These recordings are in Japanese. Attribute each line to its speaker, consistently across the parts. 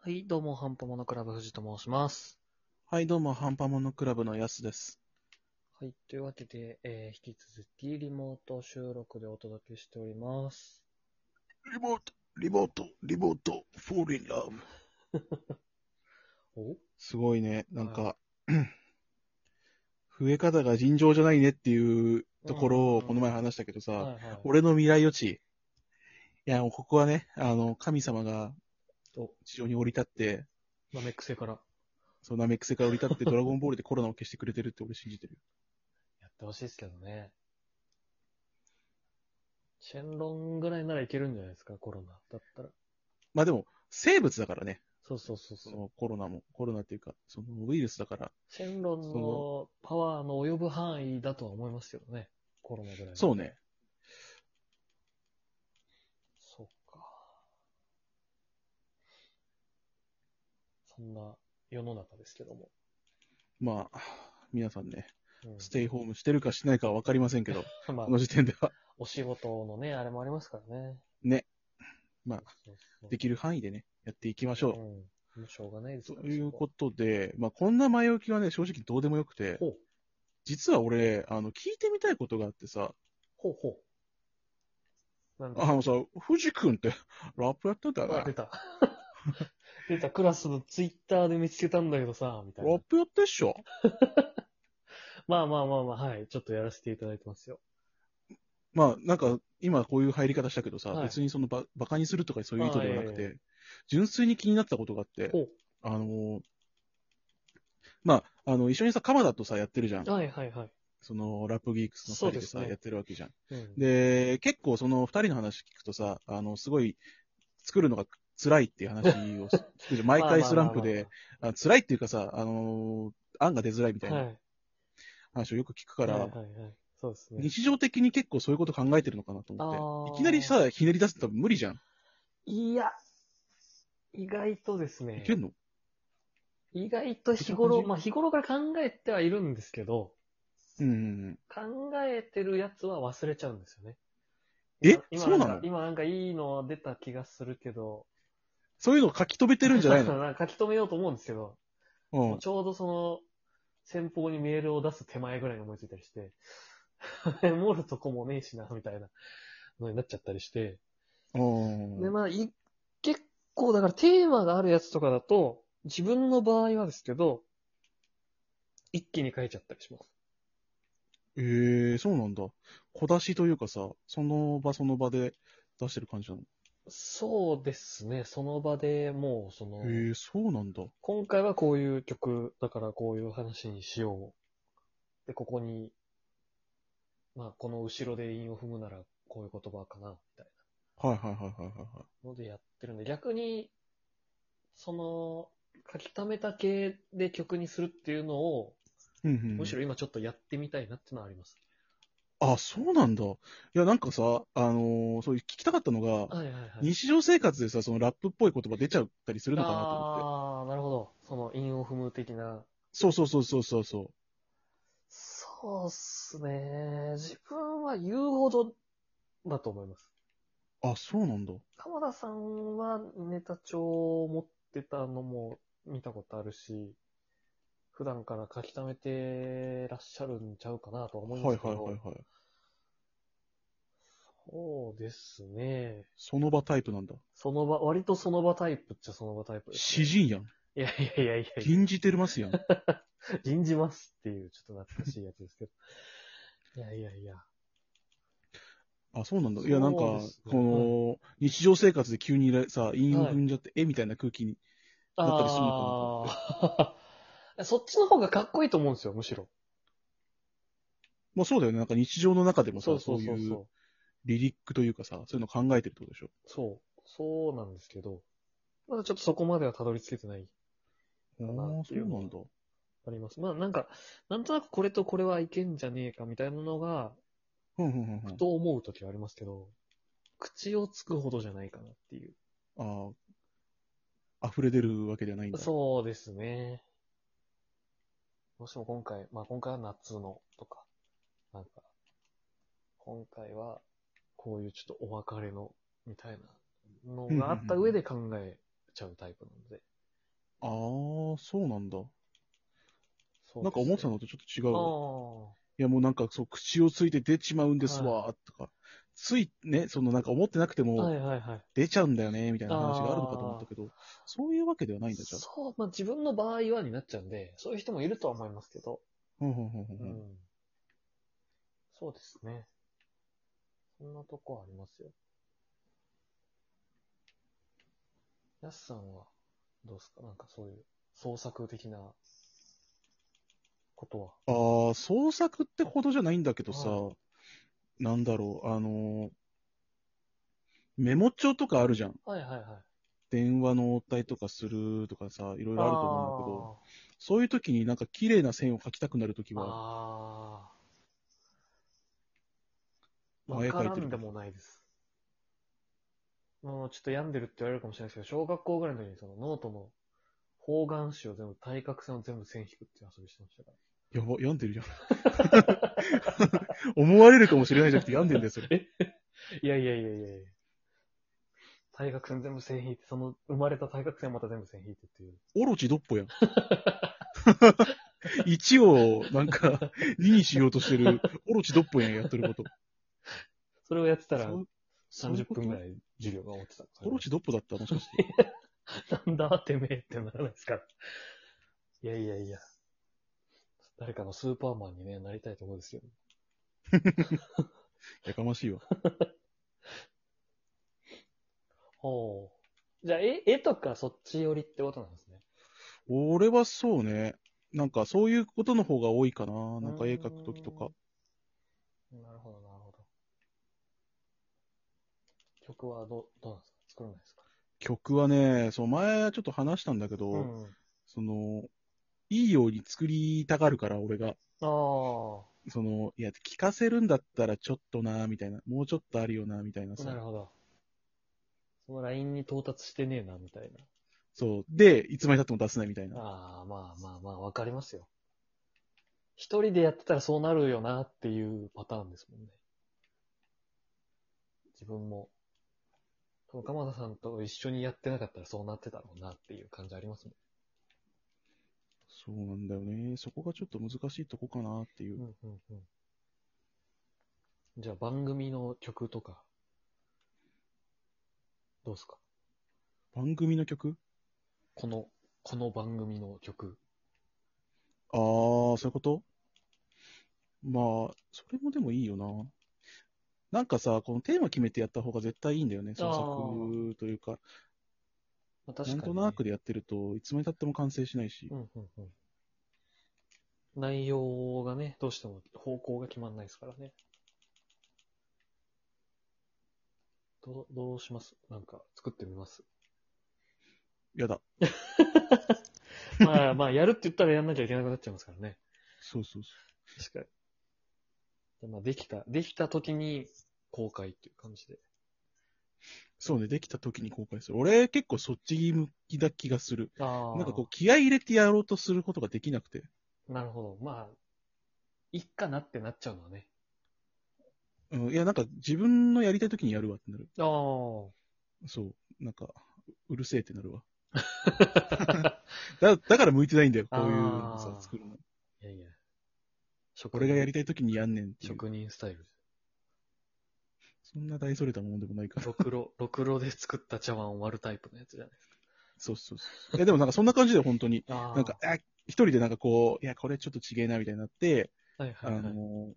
Speaker 1: はい、どうも、ハンパモノクラブ藤と申します。
Speaker 2: はい、どうも、ハンパモノクラブのやすです。
Speaker 1: はい、というわけで、えー、引き続きリモート収録でお届けしております。
Speaker 2: リモート、リモート、リモート、フォーリンラブ。
Speaker 1: お
Speaker 2: すごいね、なんか、 増え方が尋常じゃないねっていうところをこの前話したけどさ、
Speaker 1: はいはい。
Speaker 2: 俺の未来予知。いや、もうここはね、あの、神様が
Speaker 1: お、
Speaker 2: 地上に降り立って、
Speaker 1: なめくせから
Speaker 2: そのナメック星から降り立 ってドラゴンボールでコロナを消してくれてるって俺信じてるよ。
Speaker 1: やってほしいですけどね。シェンロンぐらいならいけるんじゃないですか、コロナ。だったら。
Speaker 2: まあでも、生物だからね、
Speaker 1: そうそうそう
Speaker 2: そ
Speaker 1: そう。
Speaker 2: のコロナも、コロナっていうか、そのウイルスだから、
Speaker 1: シェンロンのパワーの及ぶ範囲だとは思いますけどね。コロナぐらい。
Speaker 2: そう
Speaker 1: ね。
Speaker 2: ね、
Speaker 1: そうか。そんな世の中ですけども。
Speaker 2: まあ、皆さんね、
Speaker 1: うん
Speaker 2: ステイホームしてるかしてないかは分かりませんけど、
Speaker 1: まあ
Speaker 2: こ、の時点では。
Speaker 1: お仕事のね、あれもありますからね。
Speaker 2: ね。まあ、
Speaker 1: そうそう
Speaker 2: できる範囲でね、やっていきまし
Speaker 1: うん
Speaker 2: ょ。
Speaker 1: もうしょうがないで
Speaker 2: う。
Speaker 1: す
Speaker 2: と
Speaker 1: から
Speaker 2: いうこ
Speaker 1: そ
Speaker 2: とで、まあ、こんな前置きはね、正直どうでもよくて、
Speaker 1: こは
Speaker 2: 実は俺、あの、聞いてみたいことがあってさ、
Speaker 1: ほう、ほうほう。なん
Speaker 2: あのさ、藤君って、 ラップやってたよ
Speaker 1: あ
Speaker 2: ね
Speaker 1: 出。た。 出た、クラスのツイッターで見つけたんだけどさ、みたい
Speaker 2: ラ
Speaker 1: な
Speaker 2: ッ。プやってっしょ
Speaker 1: まあまあまあまあ、はい。ちょっとやらせていただいてますよ。
Speaker 2: まあ、なんか、今こういう入り方したけどさ、
Speaker 1: はい
Speaker 2: 別にそのば、バカにするとかそういう意図ではなく
Speaker 1: あいえい
Speaker 2: て、純粋に気になってたことがあって、
Speaker 1: ほ
Speaker 2: あのーまあ、あの、一緒にさ、鎌田とさ、やってるじゃん
Speaker 1: う。。はいはいはい。
Speaker 2: その、ラップギークスの二人で
Speaker 1: そ
Speaker 2: さ、
Speaker 1: うですね
Speaker 2: やってるわけじゃん。
Speaker 1: うん、
Speaker 2: で、結構その二人の話聞くとさ、あの、すごい、作るのが辛いっていう話を聞くじゃん毎回スランプで、あ辛いっていうかさ、あのー案が出づらいみた
Speaker 1: まあ
Speaker 2: い
Speaker 1: まあまあまあ、
Speaker 2: な
Speaker 1: はい。
Speaker 2: 話をよく聞くから、
Speaker 1: はいはいはい。そうですね。
Speaker 2: 日常的に結構そういうこと考えてるのかなと思
Speaker 1: あ
Speaker 2: っ
Speaker 1: ー
Speaker 2: て。いきなりさ、ひねり出すって多分無理じゃん。
Speaker 1: いや、意外とですね。
Speaker 2: いけんの
Speaker 1: 意外と日
Speaker 2: そんな感
Speaker 1: 頃、
Speaker 2: じ
Speaker 1: まあ日頃から考えてはいるんですけど、
Speaker 2: うんうん
Speaker 1: 考えてるやつは忘れちゃうんですよね。
Speaker 2: え
Speaker 1: 今今
Speaker 2: そうなの
Speaker 1: んか今なんかいいの出た気がするけど。
Speaker 2: そういうのを書き留めてるんじゃな いの
Speaker 1: んか書き留めようと思うんですけど、
Speaker 2: う。
Speaker 1: もうんちょうどその、先方にメールを出す手前ぐらいに思いついたりして、 漏るとこもねえしな、みたいなのになっちゃったりして。
Speaker 2: うん
Speaker 1: で、まあ、い、結構、だからテーマがあるやつとかだと、自分の場合はですけど、一気に書いちゃったりします。
Speaker 2: えー、そうなんだ。小出しというかさ、その場その場で出してる感じなの。
Speaker 1: そうですね。その場でもう、その、
Speaker 2: えー、そうなんだ。
Speaker 1: 今回はこういう曲、だからこういう話にしよう。で、ここに、まあ、この後ろで韻を踏むなら、こういう言葉かな、みたい
Speaker 2: はいはいはいはいはいはい。
Speaker 1: なのでやってるんで、逆に、その、書き溜めた系で曲にするっていうのを、
Speaker 2: うんうんうん
Speaker 1: むしろ今ちょっとやってみたいなってのはあります。
Speaker 2: あ、そうなんだ。いや、なんかさ、あのーそういう聞きたかったのが、
Speaker 1: はいはいはい。
Speaker 2: 日常生活でさ、そのラップっぽい言葉出ちゃったりするのかなと思って。
Speaker 1: ああー、なるほど。その韻を踏む的な。
Speaker 2: そうそうそうそうそうそ
Speaker 1: そうっすね。自分は言うほどだと思います。
Speaker 2: う。あ、そうなんだ。
Speaker 1: 鎌田さんはネタ帳を持ってたのも見たことあるし、普段から書き溜めてらっしゃるんちゃうかなとは思
Speaker 2: はいい
Speaker 1: ま
Speaker 2: はい
Speaker 1: すけど、
Speaker 2: はいはい。
Speaker 1: そうですね。
Speaker 2: その場タイプなんだ。
Speaker 1: その場、割とその場タイプっちゃその場タイプです、
Speaker 2: 詩
Speaker 1: ね。
Speaker 2: 人やん。
Speaker 1: いやいやいやいやいや、
Speaker 2: 吟じてますやん。
Speaker 1: 吟じますっていうちょっと懐かしいやつですけど。いやいやいや。
Speaker 2: あ、そうなんだ。いや、なんか、
Speaker 1: そう
Speaker 2: こ
Speaker 1: ですね
Speaker 2: の、日常生活で急にらさ、韻を踏んじゃって、えみたいな空気に。だったりするのかな
Speaker 1: ああ。 そっちの方がかっこいいと思うんですよ、むしろ。
Speaker 2: まあそうだよね。なんか日常の中でも
Speaker 1: そ
Speaker 2: さ、
Speaker 1: うそ
Speaker 2: そううい
Speaker 1: そうそう
Speaker 2: う。リリックというかさ、そういうの考えてるってことでしょ。
Speaker 1: そう、そうなんですけど、まだちょっとそこまではたどり着けてない、
Speaker 2: ああ
Speaker 1: なっ
Speaker 2: ー、
Speaker 1: て
Speaker 2: そ
Speaker 1: いううのは
Speaker 2: なんだ。
Speaker 1: あります。まあなんか、なんとなくこれとこれはいけんじゃねえかみたいなのが、
Speaker 2: ふんふんふんふん
Speaker 1: ふ。と思うときはありますけど、口をつくほどじゃないかなっていう。
Speaker 2: ああ、溢れ出るわけではないんだ。
Speaker 1: そうですね。どうしても今回、まあ今回は夏のとか、なんか、今回はこういうちょっとお別れのみたいなのがあった上で考えちゃうタイプなので。
Speaker 2: ああ、そうなんだ。
Speaker 1: そう
Speaker 2: なんか思ってたの
Speaker 1: で
Speaker 2: とちょっと違
Speaker 1: す
Speaker 2: う
Speaker 1: ね
Speaker 2: わ。いや、もうなんか、そう、口をついて出ちまうんですわ、とか。つい、ね、そのなんか思ってなくて
Speaker 1: ああ。は
Speaker 2: も、
Speaker 1: いはいはい。
Speaker 2: 出ちゃうんだよね、みたいな話があるのかと思ったけど、そういうわけではないんだ、じゃあ。
Speaker 1: そう、まあ自分の場合はになっちゃうんで、そういう人もいるとは思いますけど。
Speaker 2: うんうんうん
Speaker 1: う
Speaker 2: うんうん
Speaker 1: ん。そうですね。そんなとこありますよ。やすさんは、どうですかなんかそういう、創作的な、ことは。
Speaker 2: あー創作ってほどじゃないんだけどさ、
Speaker 1: は
Speaker 2: なんだろう、あのーメモ帳とかあるじゃん。
Speaker 1: はいはいはい。
Speaker 2: 電話の応対とかするとかさ、いろいろあると思うんだけど、
Speaker 1: あー
Speaker 2: そういう時になんか綺麗な線を描きたくなる時は、
Speaker 1: ああ。
Speaker 2: あ
Speaker 1: わ
Speaker 2: 絵
Speaker 1: か
Speaker 2: 描い
Speaker 1: ら
Speaker 2: てる
Speaker 1: んでもないです。もうちょっと病んでるって言われるかもしれないですけど、小学校ぐらいの時にそのノートの方眼紙を全部、対角線を全部線引くっていう遊びしてましたか
Speaker 2: やば、病んでるじゃん。 思われるかもしれないじゃなくて病んでるんだよ、そ れ。
Speaker 1: ら。いやいやいやいやいや対角線全部線引いて、その生まれた対角線また全部線引いてっていう。
Speaker 2: オロチドッポやん。1を、なんか、2にしようとしてる、オロチドッポやん、やってること。
Speaker 1: それをやってたら
Speaker 2: そうそういう
Speaker 1: 30
Speaker 2: こと
Speaker 1: 分ぐらい授業が終わってた。
Speaker 2: オロチドッポだった、もしかして。
Speaker 1: なんだてめえってならないですから。いやいやいや。誰かのスーパーマンにね、なりたいところですよ。
Speaker 2: やかましいわ。
Speaker 1: ほう。じゃあ、絵、絵とかそっち寄りってことなんですね。
Speaker 2: 俺はそうね。なんか、そういうことの方が多いかな。なんか、絵描くときとか。
Speaker 1: うーん。なるほど、なるほど。曲はど、どうなんですか作らないですか
Speaker 2: 曲はね、そう、前ちょっと話したんだけど、
Speaker 1: うん。
Speaker 2: その、いいように作りたがるから、俺が。
Speaker 1: あ
Speaker 2: その、いや、聞かせるんだったらちょっとな、みたいな。もうちょっとあるよな、みたいな
Speaker 1: あ、なる
Speaker 2: さ。
Speaker 1: ほど。そのラインに到達してねえな、みたい
Speaker 2: そう。で、いつまで経っても出せないみたい
Speaker 1: な。
Speaker 2: な。
Speaker 1: ああ、まあまあまあ、わかりますよ。一人でやってたらそうなるよなっていうパターンですもんね。自分も、その鎌田さんと一緒にやってなかったらそうなってたろうなっていう感じありますもん
Speaker 2: そうなんだよね。そこがちょっと難しいとこかな、っていう。
Speaker 1: うんうんうんじゃあ番組の曲とか、どうですか
Speaker 2: 番組の曲
Speaker 1: この、この番組の曲。
Speaker 2: ああ、そういうことまあ、それもでもいいよな。なんかさ、このテーマ決めてやった方が絶対いいんだよね、創作というか。
Speaker 1: まあ、
Speaker 2: なんとなくでやってると、いつまでたっても完成しないし
Speaker 1: う。んうんうん。内容がね、どうしても方向が決まんないですからね。どう、どうしますなんか作ってみ ます
Speaker 2: やだ。
Speaker 1: まあまあ、やるって言ったらやんなきゃいけなくなっちゃいますからね。
Speaker 2: そうそうそ
Speaker 1: 確かに。じゃあまあ、できた、できた時に公開っていう感じで。
Speaker 2: う。そうね、できた時に公開する。俺、結構そっち向きだ気がする。
Speaker 1: ああ。
Speaker 2: なんかこう、気合い入れてやろうとすることができなくて。
Speaker 1: なるほど。まあ、いっかなってなっちゃうのはね。
Speaker 2: うん、いや、なんか自分のやりたい時にやるわってなる。
Speaker 1: ああ。
Speaker 2: そう。なんか、うるせえってなるわ。だだから向いてないんだよ、こういうのさ
Speaker 1: あ、ー
Speaker 2: 作るの。
Speaker 1: いやいや。職
Speaker 2: 俺がやりたい時にやんねんっていう。
Speaker 1: 職人スタイル。
Speaker 2: そんな大それたものでもないから。
Speaker 1: ろくろ、 ろくろで作った茶碗を割るタイプのやつじゃないです
Speaker 2: そうそう そう。いや、でもなんかそんな感じで本当に、
Speaker 1: か。あ
Speaker 2: なんか、、あ一人でなんかこう、いや、これちょっとちげえなみたいになって、
Speaker 1: はい
Speaker 2: あ
Speaker 1: はい、は
Speaker 2: の
Speaker 1: い。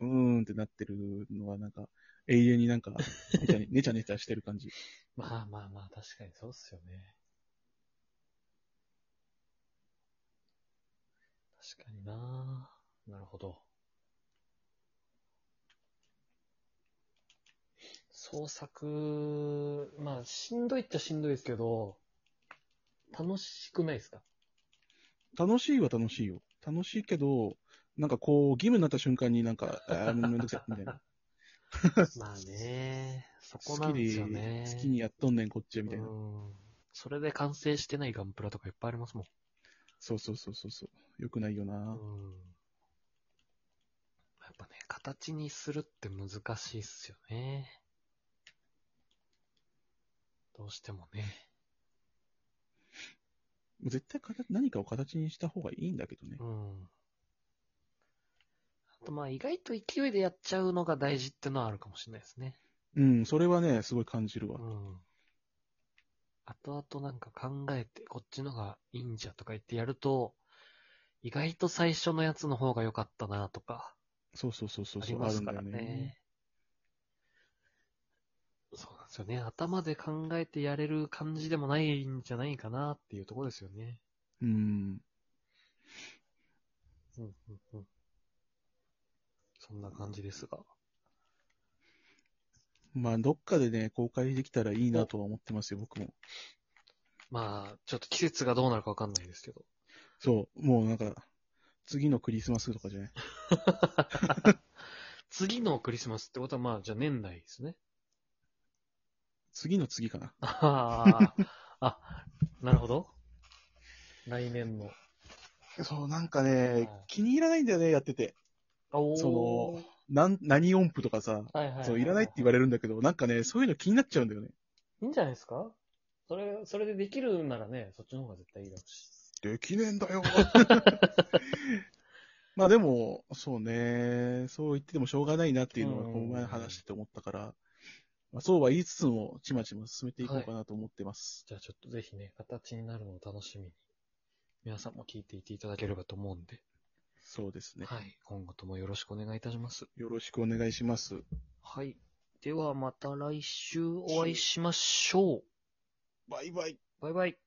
Speaker 2: うーんってなってるのはなんか、永遠にな んか、ねちゃねねちゃねちゃしてる感じ。
Speaker 1: まあまあまあ、確かにそうっすよね。確かにななるほど。創作、まあ、しんどいっちゃしんどいですけど、楽しくないです か
Speaker 2: 楽しいは楽しいよ。楽しいけど、なんかこう、義務になった瞬間になん か、あーもうめんどくさい、みたいな。
Speaker 1: まあねそこな
Speaker 2: 好
Speaker 1: ん
Speaker 2: き
Speaker 1: です
Speaker 2: で、
Speaker 1: よね。
Speaker 2: 好きにやっとんねん、こっちはみたいな。
Speaker 1: うんそれで完成してないガンプラとかいっぱいありますもん。
Speaker 2: そうそうそうそうそう。よくないよ
Speaker 1: う
Speaker 2: な。
Speaker 1: んやっぱね、形にするって難しいっすよね。どうしてもね。
Speaker 2: 絶対形何かを形にした方がいいんだけどね。
Speaker 1: うん。あとまあ意外と勢いでやっちゃうのが大事ってのはあるかもしれないですね。
Speaker 2: うん、それはね、すごい感じるわ
Speaker 1: う。ん。後々なんか考えてこっちのがいいんじゃとか言ってやると、意外と最初のやつの方が良かったなとか、
Speaker 2: そうそうそうそう
Speaker 1: あ
Speaker 2: そ
Speaker 1: り
Speaker 2: う、
Speaker 1: ま
Speaker 2: ある
Speaker 1: す
Speaker 2: ん
Speaker 1: か
Speaker 2: だよ
Speaker 1: らね。
Speaker 2: ね。
Speaker 1: そうなんですよね。頭で考えてやれる感じでもないんじゃないかなっていうところですよね。
Speaker 2: うん。
Speaker 1: うんうんうん。そんな感じですが。
Speaker 2: まあ、どっかでね、公開できたらいいなとは思ってますよ、僕も。
Speaker 1: まあ、ちょっと季節がどうなるかわかんないですけど。
Speaker 2: そう、もうなんか、次のクリスマスとかじゃない
Speaker 1: 次のクリスマスってことはまあ、じゃあ年内です ね。
Speaker 2: 次の次かな。
Speaker 1: あーあ、なるほど。来年の。
Speaker 2: そう、なんか
Speaker 1: はい
Speaker 2: ね、気に入らないんだよね、やってて。
Speaker 1: あおー
Speaker 2: そのなん、何音符とかさ、
Speaker 1: はいはいはい。
Speaker 2: そう、いらないって言われるんだけど、なんかね、そういうの気になっちゃうんだよね。
Speaker 1: いいんじゃないですかそれ、それでできるならね、そっちの方が絶対いいだろうし。
Speaker 2: できねえんだよ。 まあでも、そうね、そう言っててもしょうがないなっていうのが、
Speaker 1: うん
Speaker 2: この前の話してて思ったから、まあ、そうは言いつつも、ちまちま進めていこうかなと思ってます。
Speaker 1: じゃあちょっとぜひね、形になるのを楽しみに、皆さんも聞いていていただければと思うんで、
Speaker 2: そうですね。
Speaker 1: はい。今後ともよろしくお願いいたします。
Speaker 2: よろしくお願いします。
Speaker 1: はい。ではまた来週お会いしましょう。
Speaker 2: バイバイ。
Speaker 1: バイバイ。